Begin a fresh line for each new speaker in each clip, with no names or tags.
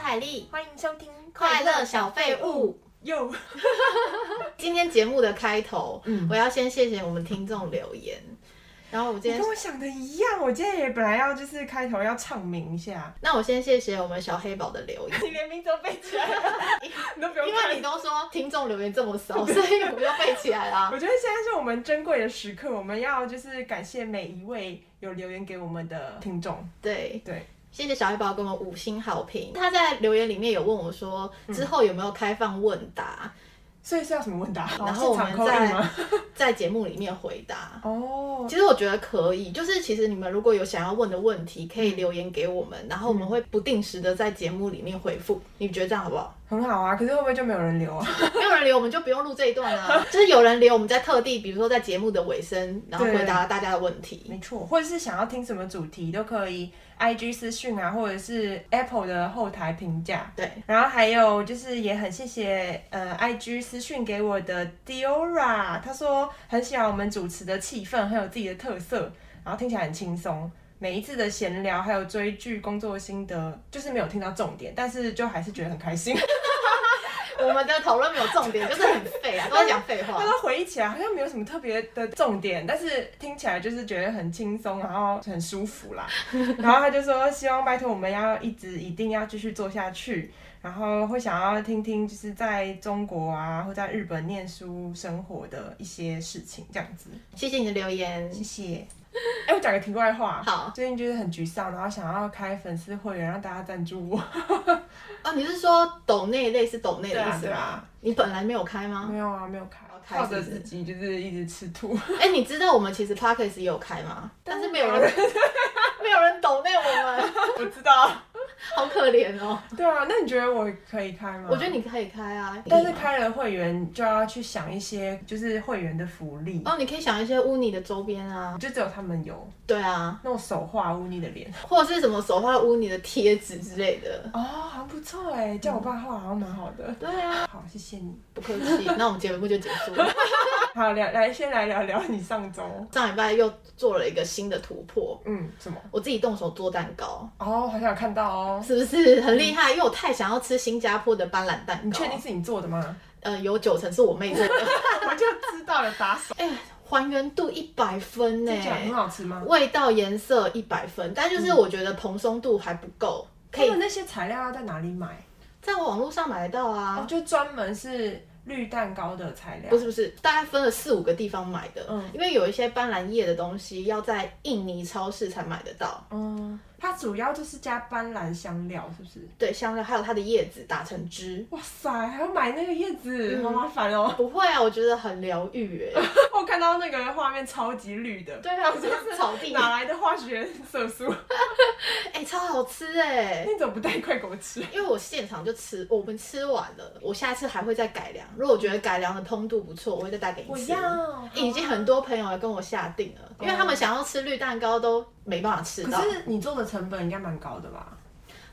凯莉，
欢迎收听《
快乐小废物。
哟，
今天节目的开头，
嗯
我要先谢谢我们听众留言。然后我今
你
天
跟，我想的一样，我今天也本来要就是开头要唱名一下，
那我先谢谢我们小黑宝的留言，
你连名字都背起来了， 你都不用
因
看
为你都说听众留言这么少，所以我就背起来 啦。
我觉得现在是我们珍贵的时刻，我们要就是感谢每一位有留言给我们的听众。
对，
对，
谢谢小黑宝给我们五星好评。他在留言里面有问我说，之后有没有开放问答，
所以是要什么问答？
然后我
现
们
场 call in
在
吗？
在节目里面回答。
哦，
其实我觉得可以，就是其实你们如果有想要问的问题，可以留言给我们，然后我们会不定时的在节目里面回复。你觉得这样好不好？
很好啊，可是会不会就没有人留啊？
没有人留，我们就不用录这一段 啊。就是有人留，我们在特地，比如说在节目的尾声，然后
对
回答大家的问题。
没错，或者是想要听什么主题都可以，IG 私讯啊，或者是 Apple 的后台评价。
对，
然后还有就是，也很谢谢呃，IG 私讯给我的 Diora，他说很喜欢我们主持的气氛，很有自己的特色，然后听起来很轻松。每一次的闲聊还有追剧、工作心得，就是没有听到重点，但是就还是觉得很开心。
我们的讨论没有重点，就是很废 啊，都在讲废
他
话。
说回忆起来好像没有什么特别的重点，但是听起来就是觉得很轻松，然后很舒服啦。然后他就说希望拜托我们要一直一定要继续做下去，然后会想要听听就是在中国啊或在日本念书生活的一些事情这样子。
谢谢你的留言，
谢谢。哎、我讲个题外话。
好
最近就是很沮丧，然后想要开粉丝会员让大家赞助我。
哦，你是说抖内类似抖内的意思
对啊对
吗
啊？
你本来没有开吗？
没有啊，没有开，
开
靠
是
着
不是
自己就是一直吃土。
哎、你知道我们其实 Parkes 也有开吗？但是没有人， 没有人抖内我们，
我知道。
好可怜哦。
对啊，那你觉得我可以开吗？
我觉得你可以开啊，
但是
你
开了会员就要去想一些就是会员的福利，
哦，你可以想一些污泥的周边啊，
就只有他们有
对啊，
那种手画污泥的脸。
或者是什么手画污泥的贴纸之类的。
哦，好像不错哎，叫我爸画好像蛮好的。
对啊，
好，谢谢你。
不客气。那我们节目就结束了。
好，聊来先来聊聊你上周，
上礼拜又做了一个新的突破，
嗯，什么？
我自己动手做蛋糕，
哦，好像有看到哦。
是不是很厉害？因为我太想要吃新加坡的斑斓蛋糕。
你确定？哎是你做的吗？
呃，有九成是我 妹做的。
我就知道了，打 手。
哎、还原度一百分呢、
真假的很好啊嗯吃吗？
味道、颜色一百分，但就是我觉得蓬松度还不够，可
他
以
们那些材料要在哪里买？
在网络上买得到
哦，
啊。
就专门是绿蛋糕的材料
不。是不是，大概分了四五个地方买的，
嗯
因为有一些斑斓叶的东西要在印尼超市才买得到。
嗯，它主要就是加斑斓香料，是不是？
对，香料还有它的叶子打成汁。
哇塞，还要买那个叶子，
嗯
好麻烦哦！
不会啊，我觉得很疗愈哎。
我看到那个画面超级绿的，
对啊，就是草地，
哪来的化学色素？
哎、超好吃哎！
你怎么不带一块给我吃？
因为我现场就吃，我们吃完了，我下次还会再改良。如果我觉得改良的通度不错，我啊会再带给你吃。已经很多朋友来跟我下定了，因为他们想要吃绿蛋糕都没办法吃
可
到。
是你做的成本应该蛮高的吧？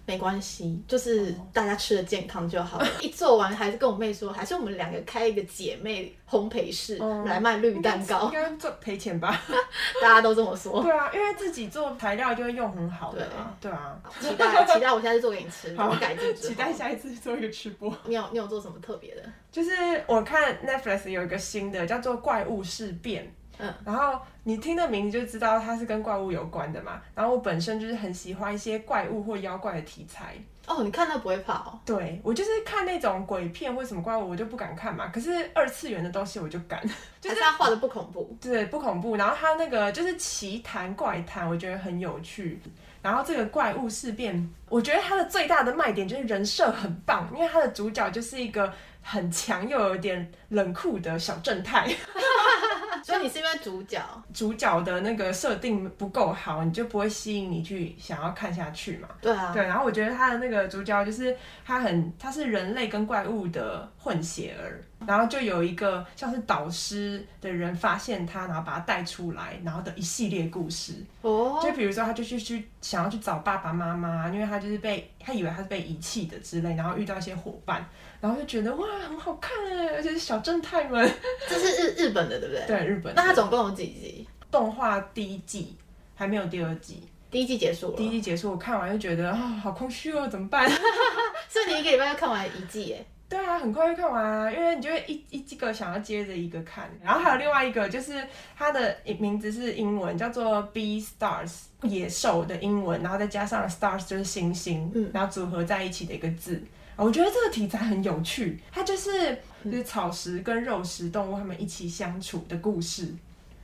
没关系，就是大家吃的健康就
哦
好了。一做完还是跟我妹说，还是我们两个开一个姐妹烘焙室、
哦
来卖绿蛋
应
糕，哦
该做赔钱吧？
大家都这么说。
对啊，因为自己做材料就会用很好的啊。对啊，
期待期待，我下次做给你吃，我改进之后
期待下一次做一个吃播。
你有你有做什么特别的？
就是我看 Netflix 有一个新的叫做《怪物事变》，
嗯，
然后你听的名字就知道它是跟怪物有关的嘛。然后我本身就是很喜欢一些怪物或妖怪的题材，
哦，你看到不会怕哦。
对我就是看那种鬼片或什么怪物我就不敢看嘛，可是二次元的东西我就敢，就是
还是他画的不恐怖，
对，不恐怖。然后它那个就是奇谈怪谈，我觉得很有趣。然后这个怪物事变，我觉得它的最大的卖点就是人设很棒，因为它的主角就是一个很强又有点冷酷的小正太。
所啊以你是因为主角
主角的那个设定不够好，你就不会吸引你去想要看下去嘛。
对啊，
对，然后我觉得他的那个主角就是他很，他是人类跟怪物的混血儿，然后就有一个像是导师的人发现他，然后把他带出来，然后的一系列故事。
哦，
就比如说，他就去去想要去找爸爸妈妈，因为他就是被他以为他是被遗弃的之类，然后遇到一些伙伴，然后就觉得哇，很好看哎，而且是小正太们。
这是日日本的对不对？
对，日本的
那它总共有几集？
动画第一季还没有第二季，
第一季结束
第一
了，
季结束我看完就觉得啊、好空虚哦，怎么办？
所以你一个礼拜就看完一季耶，
对啊，很快就看完啊，因为你就会一一个想要接着一个看，然后还有另外一个就是它的名字是英文，叫做 B Stars 野兽的英文，然后再加上 Stars 就是星星，
嗯
然后组合在一起的一个字。我觉得这个题材很有趣，它就是就是草食跟肉食动物它们一起相处的故事，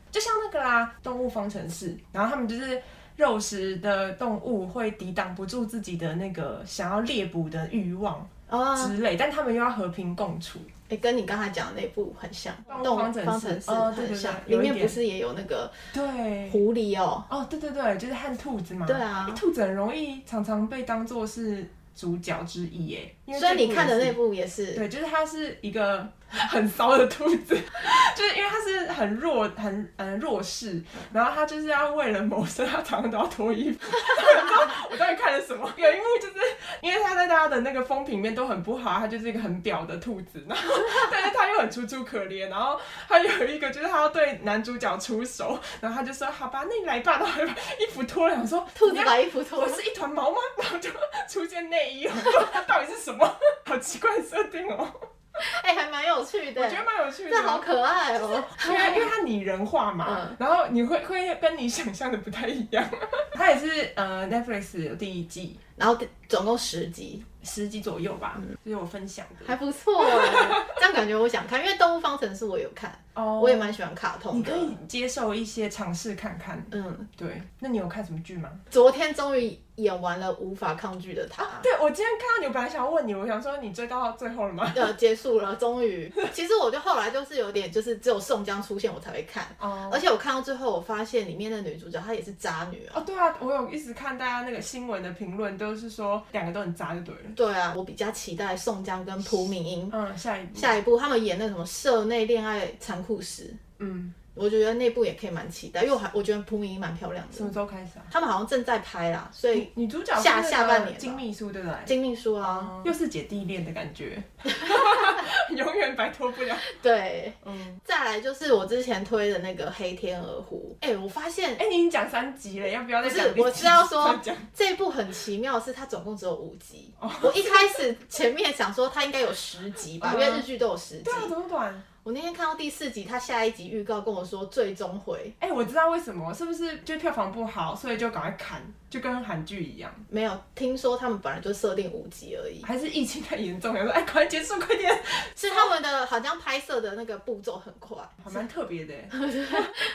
就像那个啦，《动物方程式》，然后它们就是肉食的动物会抵挡不住自己的那个想要猎捕的欲望，
哦，
之类，但他们又要和平共处。
哎，跟你刚才讲的那部很像，
动物
动物
方程式
方程式
哦对对
很
对
像，里
有一
面不
点
是也有那个
对，
狐狸哦？
哦，对对对，就是和兔子嘛。
对啊
诶兔子很容易常常被当做是主角之一耶。因为
所以
这
你
部也
看的
是
那部也是，
对，就是它是一个 很骚的兔子， 就是因为它是很弱、很嗯弱势，然后它就是要为了谋生，它常常都要脱衣服。 我到底看了什么？有一幕就是因为它在大家的那个风评里面都很不好，它就是一个很婊的兔子，然后 但是它又很楚楚可怜，然后它有一个就是它要对男主角出手，然后他就说好吧，那你来吧，然后还把衣服脱了，我说
兔
你
子
要
把衣服脱
我
了，
是一团毛吗？ 然后就出现内衣，我说 到底是什么？ 好奇怪的设定哦。
哎，还蛮有趣
我
的
觉，得蛮有趣的，
这好可爱哦。
因为因为它拟人化嘛，
嗯
然后你会会跟你想象的不太一样。 它也是呃 Netflix 有第一季
然后总共十集，
十集左右吧，就是我分享的。
嗯还不错哎，这样感觉我想看，因为《动物方程式》我有看，
哦
我也蛮喜欢卡通
你
的
可。以接受一些尝试看看。
嗯，
对，那你有看什么剧吗？
昨天终于演完了《无法抗拒的他》
对我今天看到你，我本来想要问你，我想说你追到最后了吗？
呃，结束了，终于。其实我就后来就是有点，就是只有宋江出现我才会看，
哦
而且我看到最后，我发现里面的女主角她也是渣女啊。
哦，对啊，我有一直看大家那个新闻的评论，都是说两个都很渣就对了。
对啊，我比较期待宋江跟朴敏英
嗯，下一部，
下一部他们演那个什么《社内恋爱残酷史》，
嗯，
我觉得那部也可以蛮期待，因为我还我觉得朴敏英蛮漂亮
什
的。
么时候开始啊？
他们好像正在拍啦，所以
女女主角是
下
那个
下半年吧
金秘书对不对？
金秘书啊，
又是姐弟恋的感觉， 永远摆脱不了。
对，
嗯，
再来就是我之前推的那个《黑天鹅湖》，哎、我发现
哎、你已经讲三集了，要不要再
不是
讲第四集？
我知道说
再讲
这一部很奇妙，是它总共只有五集。
哦
我一开始前面想说它应该有十集吧，
嗯
因为日剧都有十集
对。啊，怎么短？
我那天看到第四集，它下一集预告跟我说最终回
哎、我知道为什么，是不是就票房不好，所以就赶快砍，就跟韩剧一样，
没有，听说他们本来就设定五集而已，
还是疫情太严重了，说哎，赶快结束，快点，
是他们的好像拍摄的那个步骤很快，
还蛮特别的。欸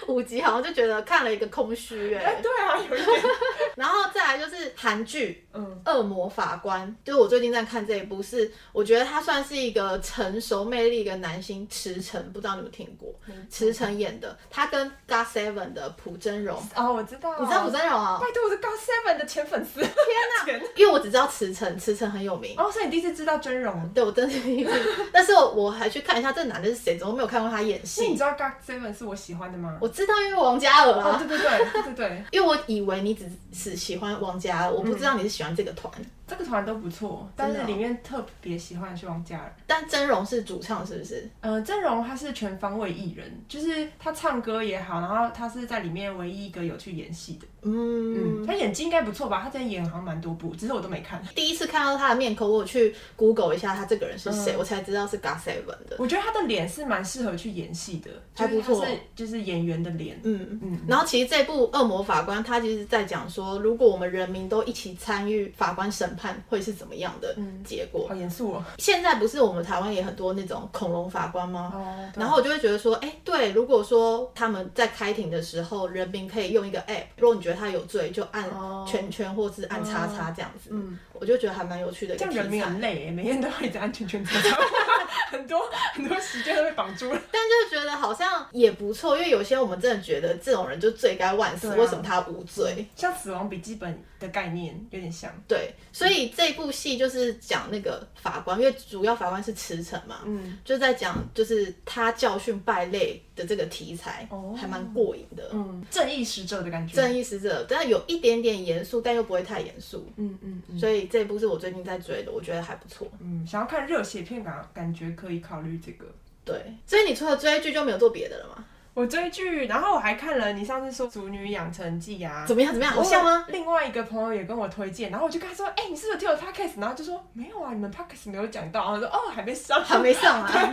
五集好像就觉得看了一个空虚哎、
哎、 对啊，有一点，
然后再来就是韩剧，
嗯，
《恶魔法官》就是我最近在看这一部是，我觉得他算是一个成熟魅力的男星池诚，不知道你们听过？池诚演的，他跟 God Seven 的朴真荣，
哦，我知道，
你知道朴真荣啊？
拜托，我是高 Seven 的前粉丝。天 哪！
因为我只知道池诚，池诚很有名。
哦，所以你第一次知道真容。
对，我真的是第一次，但是我我还去看一下这男的是谁，怎么没有看过他演
那你
戏？
知道 God Seven 是我喜欢的吗？
我知道，因为王嘉尔
哦，
啊，
对对对对对对，
因为我以为你只是喜欢王嘉尔，我不知道你是喜欢这个团。
这个团都不错，但
真的
是
哦
里面特别喜欢的是王嘉尔。
但真荣是主唱，是不是？
呃，郑容他是全方位艺人，就是他唱歌也好，然后他是在里面唯一一个有去演戏的。嗯，
嗯，
他演技应该不错吧？他之前演好像蛮多部，只是我都没看。
第一次看到他的面孔，我有去 Google 一下他这个人是谁，
嗯
我才知道是 g o t Seven 的。
我觉得他的脸是蛮适合去演戏的，
还不错
就是他是就是演员的脸。
嗯
嗯
然后其实这部《恶魔法官》他其实在讲说，如果我们人民都一起参与法官审判，会是怎么样的结果？
好严肃哦。
现在不是我们台湾也很多那种恐龙法官吗？
哦，对
然后我就会觉得说，哎、对，如果说他们在开庭的时候，人民可以用一个 app，如果你觉得他有罪，就按
哦
圈圈或是按叉叉这样子，
嗯
我就觉得还蛮有趣的一
这
个
样人
题
民
材
很。累耶，每天都要一直安全圈走， 很多很多时间都被绑住了。
但就是觉得好像也不错，因为有些我们真的觉得这种人就罪该万死，
对啊
为什么他无罪？
像《死亡笔记本》的概念有点像。
对，所以这部戏就是讲那个法官，因为主要法官是池诚嘛，
嗯，
就在讲就是他教训败类的这个题材，
哦
还蛮过瘾的。
嗯，正义使者的感觉。
正义使者，但有一点点严肃，但又不会太严肃，
嗯嗯嗯
所以这部是我最近在追的，我觉得还不错。
嗯，想要看热血片感，感觉可以考虑这个。
对，所以你除了追剧就没有做别的了吗？
我追剧，然后我还看了你上次说《熟女养成记》啊，
怎么样？怎么样？好
我
笑吗？？
另外一个朋友也跟我推荐，然后我就跟他说：“哎、你是不是有听我 podcast？” 然后就说：“没有啊，你们 podcast 没有讲到。”然后我说：“哦，还没上。
还 没上啊？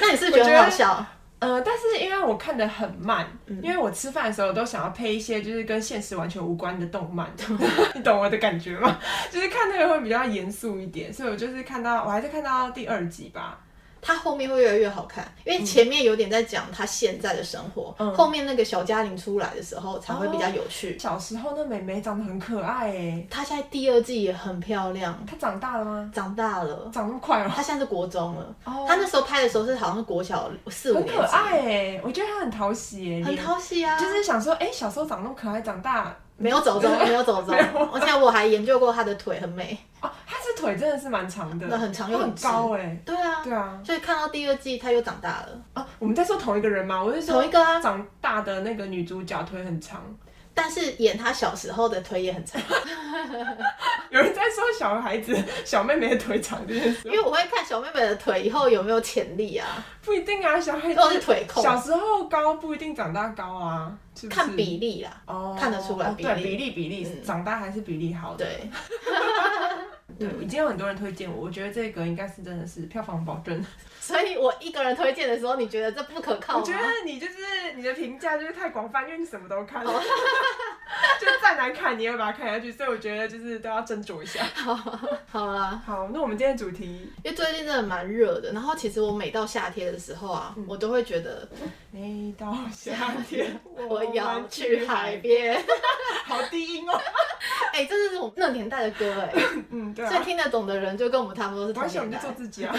那你是不是觉得很好笑？”
呃，但是因为我看的很慢，
嗯
因为我吃饭的时候都想要配一些就是跟现实完全无关的动 漫， 你懂我的感觉吗？就是看那个会比较严肃一点，所以我就是看到我还是看到第二集吧。
它后面会越来越好看，因为前面有点在讲他现在的生活，
嗯
后面那个小嘉玲出来的时候才会比较有趣。
小时候那美眉长得很可爱诶，
她现在第二季也很漂亮，
她长大了吗？
长大了，
长那么快哦、
她现在是国中了。
哦
她那时候拍的时候是好像国小四五
很
年级，
可爱诶，我觉得她很讨喜诶，
很
脸
讨喜啊。
就是想说，哎、小时候长那么可爱，长大
没有走中，没有走 中
没有，
而且我还研究过她的腿很美。
哦，她是腿真的是蛮长的，
那很长又
她
很
很
直
高哎、
对啊，
对啊，
所以看到第二季她又长大了，
啊，我们在说同一个人吗？我是说
同一个啊，
长大的那个女主角腿很长，
但是演她小时候的腿也 很长。
有人在说小孩子 小妹妹的腿长这件事
因，为我会看小妹妹的腿以后有没有潜力 啊，
不一定啊，小孩
因为我
子
哦是腿控，
小时候高不一定长大高啊，是不是
看比例啦。
哦，
看得出来
哦
比例
对比例比例，
嗯
长大还是比例好的。
对，
对，
嗯
已经有很多人推荐我，我觉得这个应该是真的是票房保证。
所以我一个人推荐的时候，你觉得这不可靠
我
啊吗
觉？得你就是你的评价就是太广泛，因为你什么都
哦
看， 就再难看你也会把它看下去，所以我觉得就是都要斟酌一下。
好啦，
好，那我们今天的主题，
因为最近真的蛮热的，然后其实我每到夏天的时候啊，我都会觉得
每到夏天
我要
们
去海，边。
好低音哦。
哎、这是我们那年代的歌哎、
嗯， 对
所以
啊，
听得懂的人就跟我们差不多是
而
同
且我
年
们就做
代。
自己啊，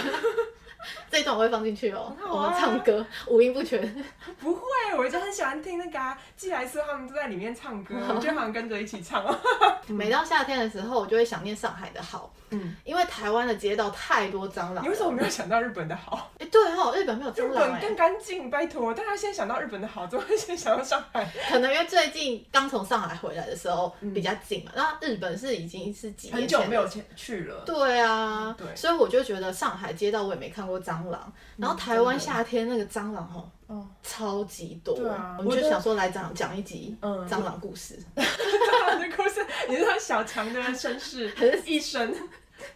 这一段我会放进去哦、
很好
我
啊
们唱歌五音不全。
不会，我就很喜欢听那个啊，寄来说他们都在里面唱 歌，我就好像跟着一起唱哦。
每到夏天的时候，我就会想念上海的好，
嗯，
因为台湾的街道太多蟑螂了。
你为什么没有想到日本的 好？
哎、对哦，日本没有
日
蟑螂
本
哎、
更干净，拜托，大家先想到日本的好，怎么会先想到上海？
可能因为最近刚从上海回来的时候比较近嘛，那、日本是已经是几
嗯很
年
久
前
没有前去了。
对啊，
嗯对嗯
所以我就觉得上海街道我也没看过蟑螂，然后台湾夏天那个蟑螂哦，
哦
超级多，
对啊
我们
我觉
就
得
想说来讲讲一集
嗯
蟑螂故事，
他的故事，你说小强的身 世一生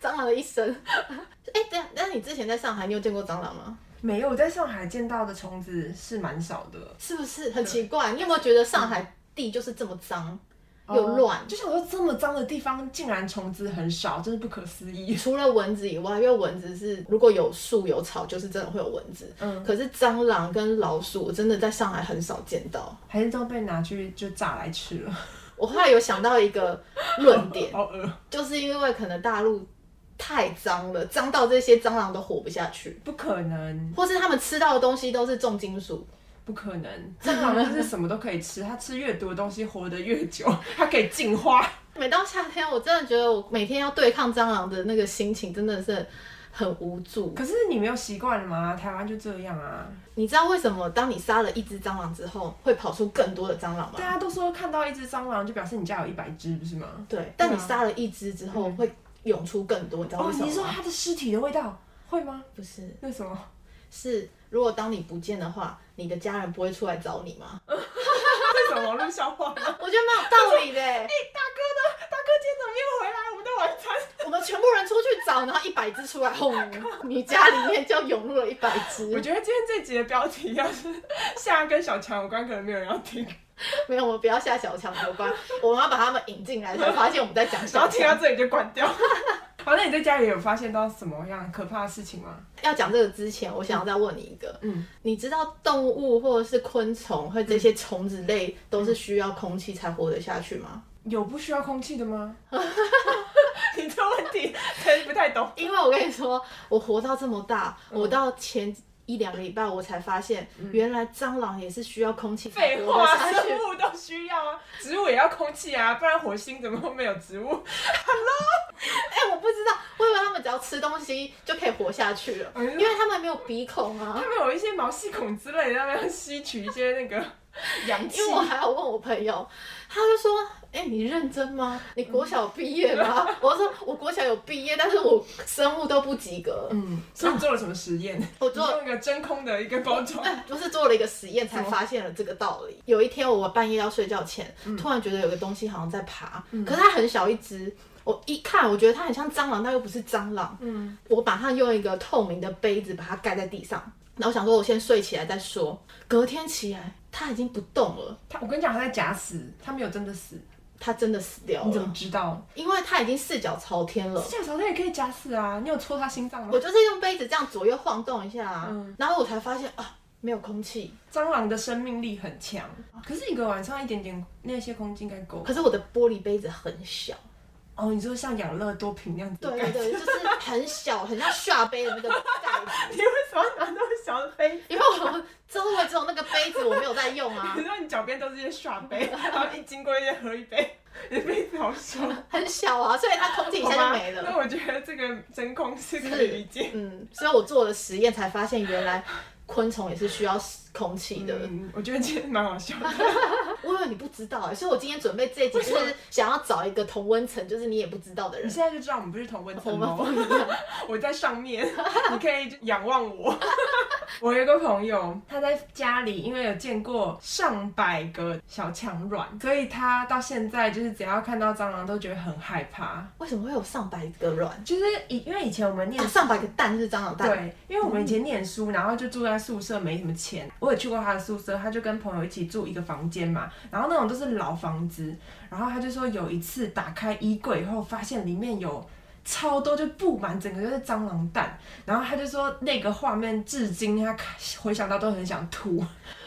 蟑螂的一生。 哎、等一下，但你之前在上海，你有见过蟑螂吗？
没有？我在上海见到的虫子是蛮少的，
是不是很奇怪？你有没有觉得上海地就是这么脏又
哦
乱？
就想说这么脏的地方竟然虫子很少，真是不可思议。
除了蚊子以外，因为蚊子是如果有树有草，就是真的会有蚊子。
嗯，
可是蟑螂跟老鼠，我真的在上海很少见到。
还是都被拿去就炸来吃 了，
我后来有想到一个论 点，
好恶，
就是因为可能大陆太脏了，脏到这些蟑螂都活不下去，
不可能，
或是他们吃到的东西都是重金属。
不可能！蟑螂就是什么都可以吃，它吃越多的东西活得越久， 它可以进化。
每到夏天，我真的觉得我每天要对抗蟑螂的那个心情真的是很无助。
可是你没有习惯了吗？台湾就这样啊。
你知道为什么当你杀了一只蟑螂之后，会跑出更多的蟑螂吗
大？家啊都说看到一只蟑螂就表示你家有一百只，不是吗？
对，但你杀了一只之后，会涌出更多，你知道
啊嗯哦
为，什
你
么
说
吗？
它的尸体的味道会吗？
不是，
那什么？
是如果当你不见的话，你的家人不会出来找你吗？
这什么网络笑话？大哥
我觉得蛮有道理的欸。
呢？哎大哥今天怎么没有回来？我们的晚餐。
我们全部人出去找，然后一百只出来轰你，你家里面就涌入了一百
我
只。
觉得今天这集的标题要是 下跟小强有关，可能没有人要听。
没有，我们不要下小强头吧，我们要把他们引进来，才发现我们在讲
然
小
后听到
强。
这里就关掉。 好，那你在家里有发现到什么样可怕的事情吗？
要讲这个之前，我想要再问你一个，
嗯，
你知道动物或者是昆虫或者这些虫子类都是需要空气才活得下去吗？
有不需要空气的吗？ 你这问题真不太懂。
因为我跟你说，我活到这么大，我
嗯
到前一两个礼拜我才发现，原来蟑螂也是需要空气才
废
活得
话，
下去
生。物都需要啊，植物也要空气啊，不然火星怎么会没有植物？
哎、我不知道，我以为他们只要吃东西就可以活下去了，
哎呦
因为他们没有鼻孔啊
它。们有一些毛细孔之类的，它们要吸取一些那个洋气
因为我还有问我朋友，他就说：“哎、你认真吗？你国小毕 业吗？”我说：“我国小有毕业，但是我生物都不及格，
嗯，所以你做了什么实验？
我做
你用一个真空的一个包 装，
哎就是做了一个实验才发现了这个道理。有一天我半夜要睡觉前，
嗯
突然觉得有个东西好像在爬，可是它很小一只。我一看，我觉得它很像蟑螂，但又不是蟑螂。
嗯，
我马上用一个透明的杯子把它盖在地上，然后我想说，我先睡起来再说。隔天起来，它已经不动了，
他我跟你讲，他在假死，他没有真的死，
它真的死掉
你怎么
了，
知道？
因为它已经四脚朝天了。
假死他也可以假死啊，你有戳他心脏吗
我？就是用杯子这样左右晃动一下、啊，
嗯
然后我才发现啊，没有空气。
蟑螂的生命力很强，
哦
可是一个晚上一点点那些空气应该够。
可是我的玻璃杯子很小，
哦，你说像养乐多瓶那样子的
对
感觉？
对对，就是很小，很像下杯的那个盖子。
你为什么要拿那么小的杯？
因为我周围只有那个杯子，我没有在用 啊
你，说你脚边都是一些耍 杯，然后一经过一些喝一杯，你的杯子好小。
很小啊，所以它空气一下就没
好吧
了。
那我觉得这个真空是可以理
是
解，。
嗯，所以我做了实验才发现，原来昆虫也是需要空气的。
嗯，我觉得今天蛮好笑的。
我以为你不知道、欸，所以我今天准备这一集就是想要找一个同温层，就是你也不知道的
你
人。
现在就知道我们不是同温
我
层
们不
吗？
一样。
我在上面，你可以仰望我。 我有一个朋友，他在家里因为有见过上百个小强卵，所以他到现在就是只要看到蟑螂都觉得很害怕。
为什么会有上百个卵？
就是以因为以前我们念
啊，上百个蛋是蟑螂蛋，
对，因为我们以前念书，然后就住在宿舍，没什么钱。我有去过他的宿舍，他就跟朋友一起住一个房间嘛，然后那种都是老房子，然后他就说有一次打开衣柜以后，发现里面有。超多就布满整个就是蟑螂蛋，然后他就说那个画面至今他看回想到都很想 吐，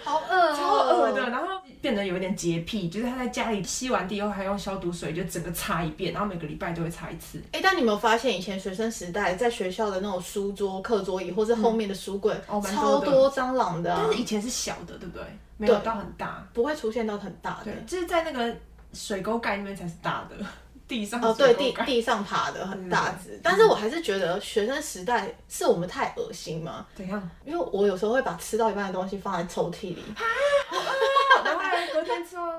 好恶哦、
超恶的，然后变得有点洁癖，就是他在家里吸完地以后还用消毒水就整个擦一遍，然后每个礼拜都会擦一次。
哎、但你有没有发现，以前学生时代在学校的那种书桌、课桌椅，或是后面的书柜，
哦蛮
超
多的
多蟑螂的啊、
但是以前是小的，对不对？没有到很大。
不会出现到很大的
啊对。，就是在那个水沟盖里面才是大的， 地上
哦，
水
对，
沟
地
盖
地上爬的很
嗯
大只，但是我还是觉得学生时代是我们太恶心嘛，
怎样？
因为我有时候会把吃到一半的东西放在抽屉里，
然后来隔天吃吗？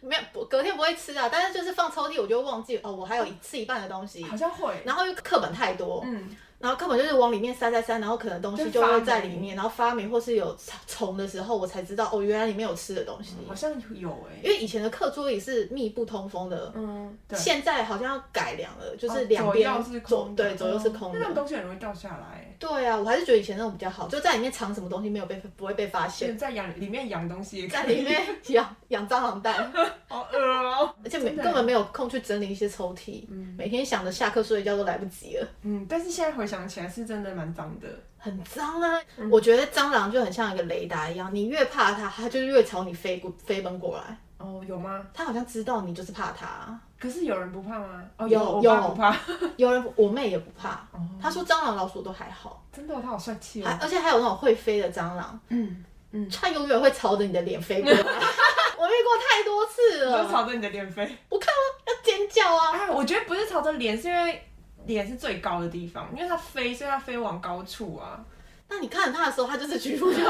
没有不隔天不会吃啊，但是就是放抽屉我就会忘记哦，我还有一吃一半的东西，
好像会。
然后又课本太多，
嗯，
然后课本就是往里面塞塞塞，然后可能东西就会在里面，然后发霉或是有虫的时候，我才知道哦，原来里面有吃的东西。
好像有哎、
因为以前的课桌椅是密不通风的，
嗯，对，
现在好像改良了，就是
哦
两边
左右是
左
空的，
对左右是空
那种
的。
东西很容易掉下来、
对啊，我还是觉得以前那种比较好，就在里面藏什么东西没有被不会被发
就
现，
是在养里面养东西也可以，
在里面养养蟑螂蛋，
好恶哦、
而且没
真的
根本没有空去整理一些抽屉，每天想着下课睡觉都来不及了。
嗯，但是现在回想起来是真的蛮脏的。
很脏啊！
嗯
我觉得蟑螂就很像一个雷达一样，你越怕它，它就越朝你飞过飞奔过来。
哦，有吗？
它好像知道你就是怕它。
可是有人不怕吗？哦，
有
我
有
爸不怕。
有人，我妹也不怕
哦，
她说蟑螂、老鼠都还好，
真的哦，他好帅气
还
哦。
而且还有那种会飞的蟑螂，
嗯嗯，
它永远会朝着你的脸飞过来。 我遇过太多次
你就
了，
朝着你的脸飞。
我看到要尖叫啊！
哎，我觉得不是朝着脸，是因为脸是最高的地方，因为它飞，所以它飞往高处啊。
那你看着它的时候，它就是局部就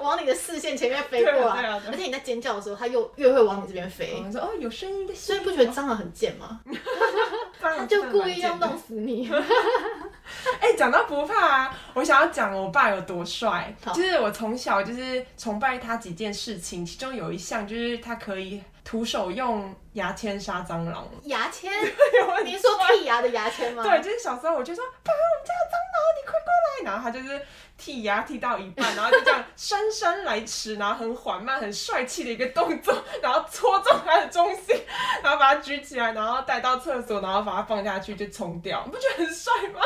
往你的视线前面飞过
对啊对
来
啊对，啊
而且你在尖叫的时候，它又越会往你这边
我
飞。
们说哦，有声音的，
所以不觉得蟑螂很贱吗？它
他
就故意要弄。死你。
哎，讲到不怕啊，我想要讲我爸有多帅，
好
就是我从小就是崇拜他几件事情，其中有一项就是他可以徒手用牙签杀蟑螂。
牙签，
有很
你是说剔牙的牙签吗？
对，，就是小时候我就说爸，我们家有蟑螂，你快过来！然后他就是剔牙剔到一半，然后就这样姗姗来迟，然后很缓慢、很帅气的一个动作，然后戳中他的中心，然后把它举起来，然后带到厕所，然后把它放下去就冲掉，你不觉得很帅吗？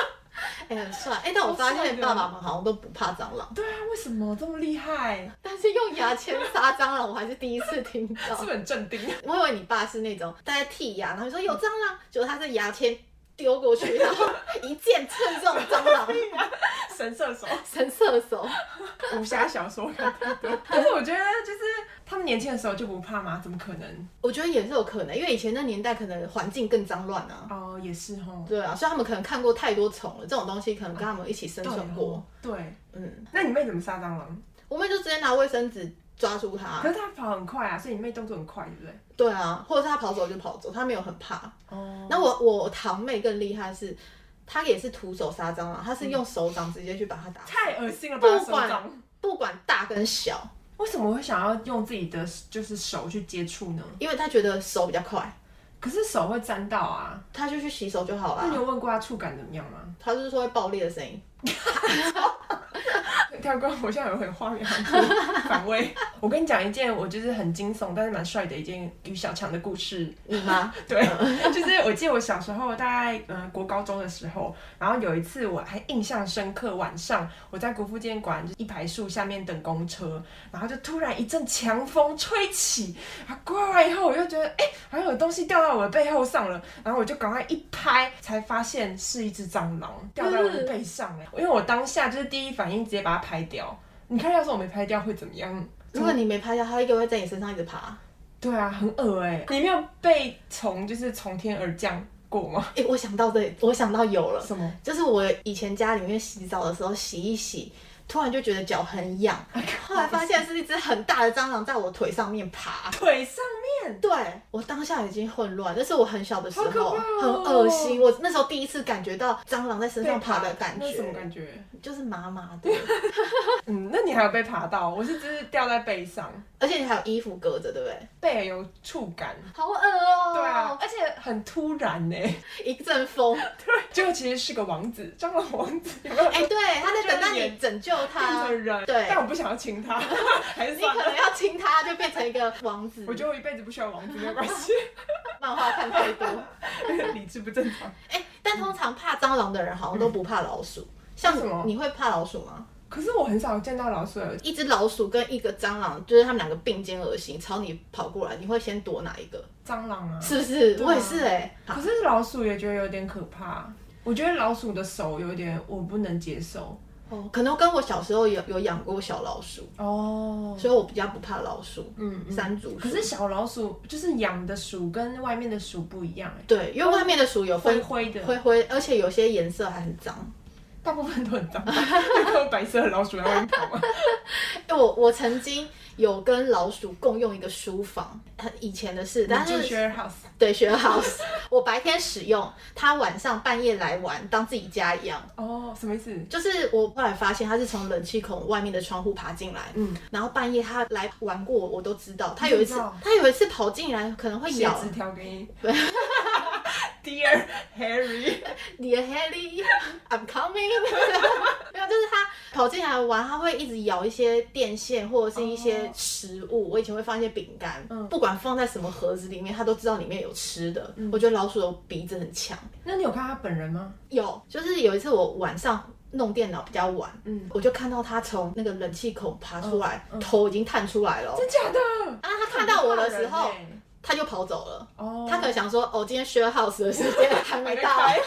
哎、很帅。哎、但我发
超帅
现
的
爸爸们好像都不怕蟑螂，
对啊，为什么这么厉害？
但是用牙签杀蟑螂，我还是第一次听
是不
到。
是很镇定？
我以为你爸是那种大家剔牙，然后说啊有蟑螂，结果他是牙签丢过去，然后一箭刺中蟑 螂，
神射手，
神射手。
武侠小说看太 多。但是我觉得就是他们年轻的时候就不怕吗？怎么可能？
我觉得也是有可能，因为以前那年代可能环境更脏乱啊。
哦，也是哦。
对啊，所以他们可能看过太多虫了，这种东西可能跟他们一起生
对
存过
哦。，对。
嗯，
那你妹怎么杀蟑螂？
我妹就直接拿卫生纸抓住他
可。是他跑很快啊，所以你妹动作很快，对不对？
对啊，或者是他跑走就跑走，他没有很怕。
哦，
那我我堂妹更厉害是，她也是徒手杀蟑螂，她是用手掌直接去把它打死，
太恶心了吧，
不
手
管
掌。
不管大跟小，
为什么会想要用自己的就是手去接触呢？
因为她觉得手比较快，
可是手会沾到啊。
她就去洗手就好
那你
啦。
有问过他触感怎么样吗？
她就是说会爆裂的声音，
跳过，我现在有很画面很多反胃。 我跟你讲一件我就是很惊悚，但是蛮帅的一件与小强的故事。
你吗？
对，就是我记得我小时候大概嗯、呃国高中的时候，然后有一次我还印象深刻，晚上我在国父纪念馆就一排树下面等公车，然后就突然一阵强风吹起，啊过来以后我就觉得哎、好像有东西掉到我的背后上了，然后我就赶快一拍，才发现是一只蟑螂掉在我的背上哎、因为我当下就是第一反应直接把它拍掉。你看，要是我没拍掉会怎么样？
如果你没拍下，它一个会在你身上一直爬。
对啊，很恶哎、你没有被虫就是从天而降过吗？
哎、我想到这里，我想到有了，
什么？
就是我以前家里面洗澡的时候洗一洗，突然就觉得脚很痒，后来发现是一只很大的蟑螂在我腿上面爬。
腿上面，
对我当下已经混乱，那是我很小的时
好可
候，
怕哦
很恶心。我那时候第一次感觉到蟑螂在身上爬的感
那
觉，
什么感觉？
就是麻麻的，
嗯，那你还有被爬到？我是只是掉在背上，
而且你还有衣服隔着，对不对？
背有触感。
好恶哦、哎
对啊，，而且很突然呢、
一阵风，
结果其实是个王子，蟑螂王子，有没有？
哎、对，他在等待
就是
你
你
拯救
变
他，
成人，
对
但我不想要亲 他，还是
你
算
可
了。
能要亲他，就变成一个王 子。
我觉得我一辈子不需要王子，没有关 系，
漫画看太多。
理智不正常。
哎、但通常怕蟑螂的人好像都不怕老鼠，
嗯为什么
像你会怕老鼠吗？
可是我很少见到老鼠有
一只老鼠跟一个蟑螂，就是他们两个并肩而行，朝你跑过来，你会先躲哪一个？
蟑螂啊，
是不是？
对啊
我也是哎、好
可是老鼠也觉得有点可怕。我觉得老鼠的手有点我不能接受
哦，可能跟我小时候有有养过小老鼠，
哦。
所以我比较不怕老鼠、
嗯，嗯
山竹鼠。
可是小老鼠就是养的鼠跟外面的鼠不一样、欸，
对，因为外面的鼠有
灰
分
灰的，
灰灰，而且有些颜色还很脏。
大部分都很脏， 都有白色的老鼠在外面跑嘛。
因为我我曾经有跟老鼠共用一个书房，很以前的事，但
住
是
share house，
对学 house，我 白天使用，它晚上半夜来玩，当自己家一样。
哦，什么意思？
就是我后来发现，它是从冷气孔外面的窗户爬进来，
嗯，
然后半夜它来玩过我，我都知道。它
你
有一
知
次
道，
它有一次跑进来，可能会
写
咬
纸条给 你。Dear Harry，
你的 Harry，I'm coming 。 没有，就是它跑进来玩，它会一直咬一些电线或者是一些
哦
食物。我以前会放一些饼干，
嗯
不管放在什么盒子里面，它都知道里面有吃的。我觉得老鼠的鼻子很强。
那你有看他本人吗？
有，就是有一次我晚上弄电脑比较晚，
嗯，
我就看到它从那个冷气孔爬出来，头已经探出来了哦。
真假的？
啊，它看到我的时
很怕，
候
人欸
它就跑走了。
哦，
它可能想说，哦，今天 share house 的时间还没到。
还没开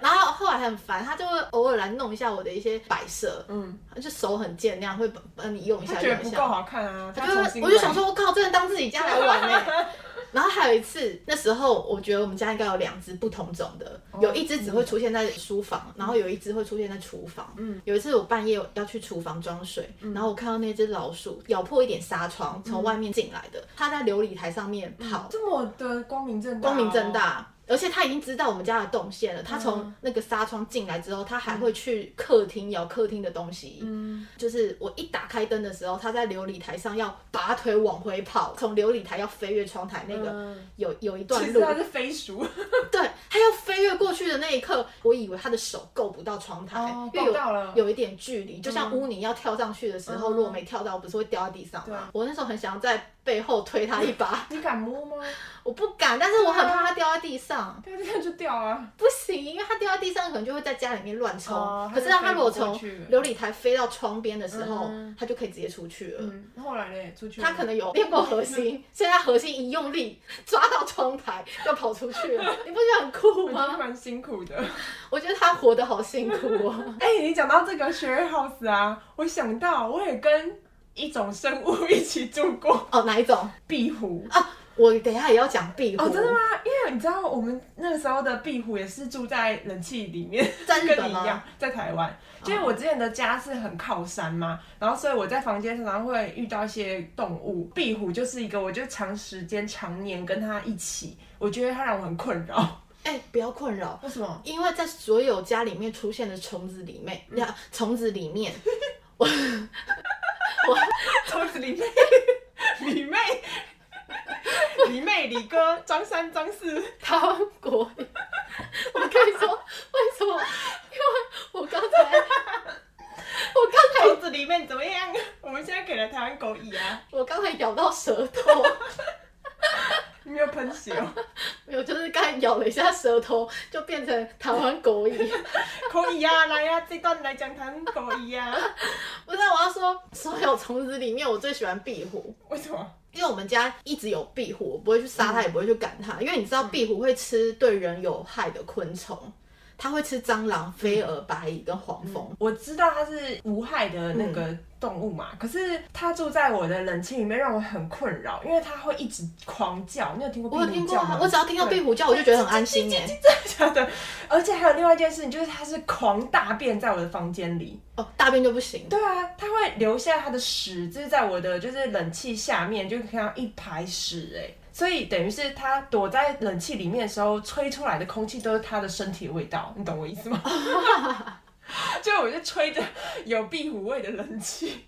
然后后来很烦，他就会偶尔来弄一下我的一些摆设，
嗯，
他就手很贱那样，会帮帮你用一
他
下
觉得
用一
不够
下。
好看啊，
我
他重
就
新。
我就想，说，我靠，真的当自己家来玩呢、 然后还有一次，那时候我觉得我们家应该有两只不同种的，
哦
有一只只会出现在书房，然后有一只会出现在厨房。
嗯，
有一次我半夜要去厨房装水，然后我看到那只老鼠咬破一点纱窗，
嗯
从外面进来的，它在琉璃台上面跑，
这么的光明正大哦，嗯
光明正大。而且他已经知道我们家的动线了。他从那个纱窗进来之后，他还会去客厅咬客厅的东西。
嗯，
就是我一打开灯的时候，他在琉璃台上要拔腿往回跑，从琉璃台要飞越窗台那个、
嗯
有有一段
其实
路，
他是飞鼠，
对，他要飞越过去的那一刻，我以为他的手够不到窗台，
哦
哎因为
够到了
有有一点距离，就像乌尼要跳上去的时候，
嗯
如果没跳到，不是会掉在地上
对
吗？我那时候很想在背后推他一 把，
你敢摸吗？
我不敢，但是我很怕他掉在地上。
掉这样就掉啊，
不行，因为它掉在地上，可能就会在家里面乱冲。
哦
可是它
它就飞
如
不过
果从
去
琉璃台飞到窗边的时候，
嗯
它就可以直接出去了。
嗯，后来嘞，出去了
它可能有练过核心，所以它核心一用力抓到窗台就跑出去了。你不觉得很酷
我觉得
吗？
蛮辛苦的。
我觉得它活得好辛苦 哦。
哎、你讲到这个 share house 啊，我想到我也跟一种生物一起住过，
哦，哪一种？
壁虎。
我等一下也要讲壁虎，
哦，真的吗？因为你知道我们那个时候的壁虎也是住在冷气里面，
在日
跟
本
你一样
吗？，
在台湾。因为我之前的家是很靠山嘛，然后所以我在房间常常会遇到一些动物，壁虎就是一个，我就长时间常年跟它一起，我觉得它让我很困扰。
哎、不要困扰，
为什么？
因为在所有家里面出现的虫子里面，
嗯
呀、虫子里面，
虫子李妹，李妹，李妹，李哥，张三，张四，
台湾国语，我跟你说为什么？因为我刚才，我刚才
虫子里面怎么样？我们现在给了台湾狗椅啊，
我刚才咬到舌头，
你没有喷血哦，
没有，就是刚才咬了一下舌头，就变成台湾狗语。
可以啊，来啊，这段来讲台湾狗椅啊，
不是，我要说，所有虫子里面，我最喜欢壁虎。
为什么？
因为我们家一直有壁虎，我不会去杀它，也不会去赶它，因为你知道壁虎会吃对人有害的昆虫，它会吃蟑螂、飞蛾、白蚁跟黄蜂。
我知道它是无害的那个动物嘛，可是它住在我的冷气里面，让我很困扰，因为它会一直狂叫。你有听过壁
我有听
虎
过
叫
啊
吗，？
我只要听到 壁虎叫，我就觉得很安心耶。
真的。而且还有另外一件事情，就是它是狂大便在我的房间里。
哦，大便就不行，
对啊，它会留下它的屎，就是在我的就是冷气下面，就可以看到一排屎哎、所以等于是它躲在冷气里面的时候，吹出来的空气都是它的身体的味道，你懂我意思吗？就我就吹着有壁虎味的冷气，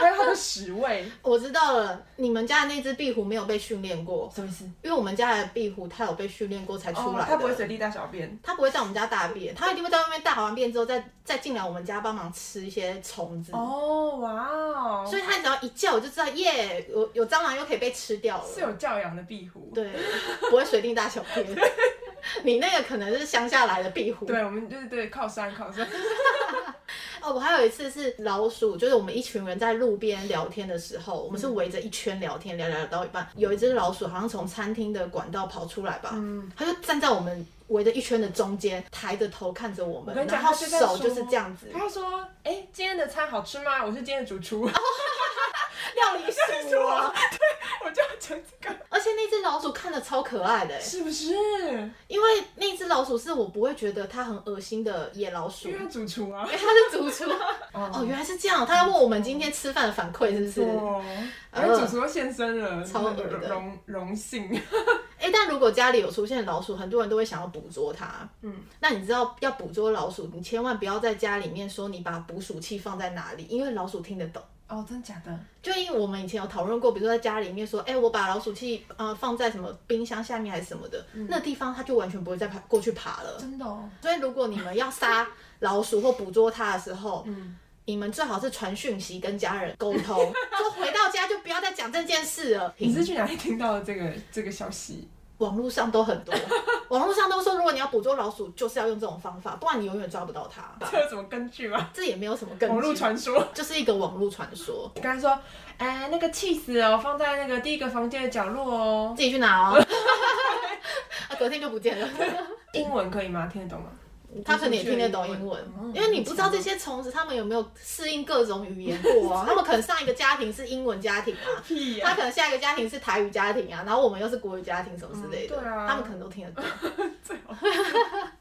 还有它的屎味，
我知道了。你们家的那只壁虎没有被训练过，
什么意思？
因为我们家的壁虎它有被训练过才出
哦
来，
它不会
的。
随地大小便。
它不会在我们家大便，它一定会在外面大完便之后，再再进来我们家帮忙吃一些虫子。
哦，哇哦，
嗯所以它只要一叫，我就知道耶，有有蟑螂又可以被吃掉了。
是有教养的壁虎。
对，不会随地大小 便。你那个可能是乡下来的壁虎。
对，我们就是对靠山靠山。
哦，我还有一次是老鼠，就是我们一群人在路边聊天的时候，我们是围着一圈聊天，聊聊聊到一半，有一只老鼠好像从餐厅的管道跑出来吧，它就站在我们围着一圈的中间，抬着头看着
我
我们，
跟你讲，
然后
他就在说
手就是这样子，
他说：“哎、今天的餐好吃吗？我是今天的主厨。
哦料理鼠啊！
我就要讲这个，
而且那只老鼠看着超可爱的、欸
是不是？
因为那只老鼠是我不会觉得它很恶心的野老鼠，
因为他主厨啊。
因为它是 主厨。哦，
哦，
原来是这样，他在问我们今天吃饭的反馈是不是？嗯
哦，因为主厨都现身了，
超恶的
荣荣荣幸。
哎、但如果家里有出现老鼠，很多人都会想要捕捉它。嗯，那你知道要捕捉老鼠，你千万不要在家里面说你把捕鼠器放在哪里，因为老鼠听得懂。
哦，真假的？
就因为我们以前有讨论过，比如说在家里面说，哎、我把老鼠器呃放在什么冰箱下面还是什么的，
嗯
那地方它就完全不会再爬过去爬了。
真的哦。
所以如果你们要杀老鼠或捕捉它的时候，
嗯
你们最好是传讯息跟家人沟通， 说回到家就不要再讲这件事了。
你是去哪里听到的这个这个消息？
网络上 都很多，网络上都说，如果你要捕捉老鼠，就是要用这种方法，不然你永远抓不到 它。
这有什么根据吗？
这也没有什么哦根据，
网络传说。
就是一个网络传说，
刚才说，哎、那个 cheese 哦，放在那个第一个房间的角落哦。
自己去拿 哦。啊，隔天就不见了。
英文可以吗？听得懂吗？
他可能也听得懂英文，
嗯
因为你不知道这些虫子他们有没有适应各种语言 过啊。他们可能上一个家庭是英文家庭啊，
屁呀、
他可能下一个家庭是台语家庭啊，然后我们又是国语家庭什么之类的，
嗯对啊
他们可能都听得懂。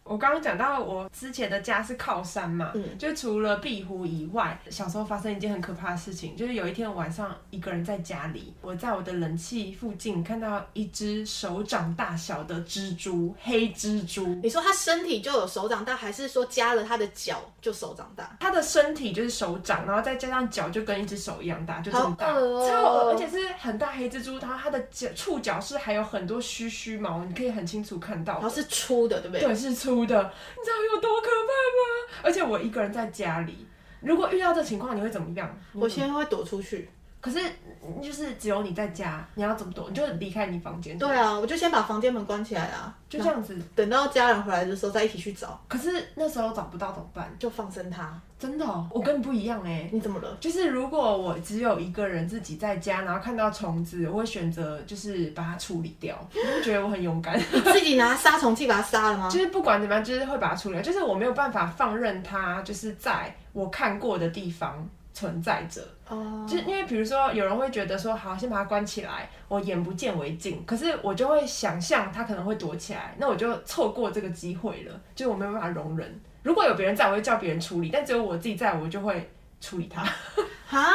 我刚刚讲到我之前的家是靠山嘛，
嗯
就除了壁虎以外，小时候发生一件很可怕的事情，就是有一天晚上一个人在家里，我在我的冷气附近看到一只手掌大小的蜘蛛，黑蜘蛛。
你说他身体就有手掌大，还是说加了他的脚就手掌大？
它的身体就是手掌，然后再加上脚，就跟一只手一样大，就这么大，
好恶哦
超恶，而且是很大黑蜘蛛。然后它的脚触角是还有很多须须毛，你可以很清楚看到的。
然后是粗的，对不对？
哦对，是粗的，你知道有多可怕吗？而且我一个人在家里，如果遇到这情况，你会怎么样？
我现在会躲出去。
可是嗯就是只有你在家，你要怎么躲？你就离开你房间，
对啊，我就先把房间门关起来啊，
就
然
这样子。
后等到家人回来的时候再一起去找，
可是那时候找不到怎么办？
就放生它。
真的哦、我跟你不一样哎、
你怎么了？
就是如果我只有一个人自己在家，然后看到虫子，我会选择就是把它处理掉，我会觉得我很勇敢。
你自己拿杀虫剂把它杀了 吗？
就是不管怎么样，就是会把它处理掉。就是我没有办法放任它，就是在我看过的地方存在着。
哦，
就是因为比如说，有人会觉得说，好，先把它关起来，我眼不见为净。可是我就会想象他可能会躲起来，那我就错过这个机会了，就是我没有办法容忍。如果有别人在，我会叫别人处理，但只有我自己在，我就会处理他。
啊，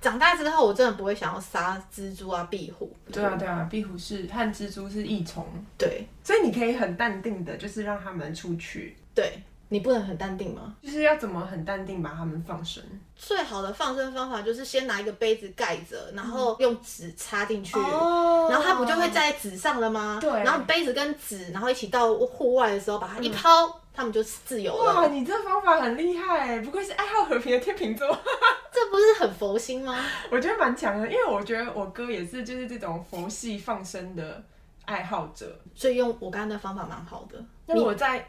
长大之后我真的不会想要杀蜘蛛啊、壁虎。
对啊，对啊，壁虎是和蜘蛛是异虫，
对
所以你可以很淡定的，就是让他们出去，
对，你不能很淡定吗？
就是要怎么很淡定把他们放生。
最好的放生方法就是先拿一个杯子盖着，然后用纸插进去。
哦
然后它不就会在纸上了吗？
对
然后杯子跟纸，然后一起到户外的时候把它一抛，它们就自由
嗯哇，
了。
你这方法很厉害，欸不愧是爱好和平的天秤座。
这不是很佛心吗？
我觉得蛮强的，因为我觉得我哥也是就是这种佛系放生的爱好者。
所以用我刚刚的方法蛮好的。
那我在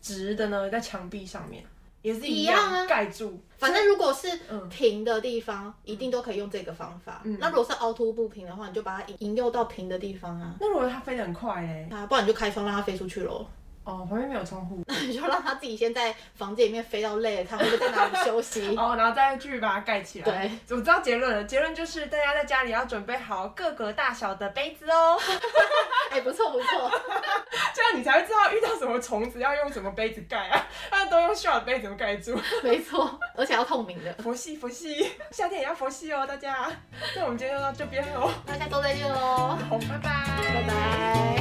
直的呢，在墙壁上面也是
一样啊
盖住，
反正如果是
嗯
平的地方，一定都可以用这个方法。那如果是凹凸不平的话，你就把它引引诱到平的地方啊，
那如果它飞得很快嘞、
啊，不然你就开窗让它飞出去喽。
哦，旁边没有窗户，
那你 就让它自己先在房间里面飞到累了，看会不会在哪里休 息。
哦，然后再去把它盖起来。
对
我知道结论了，结论就是大家在家里要准备好各个大小的杯子 哦，
哎、不错不错，
这样你才会知道遇到什么虫子要用什么杯子盖啊， 那都用小的杯子盖住。
没错，而且要透明的。
佛系佛系，夏天也要佛系哦，大家。那我们今天就到这边喽，
大家都再见喽，
好，拜拜。
拜拜。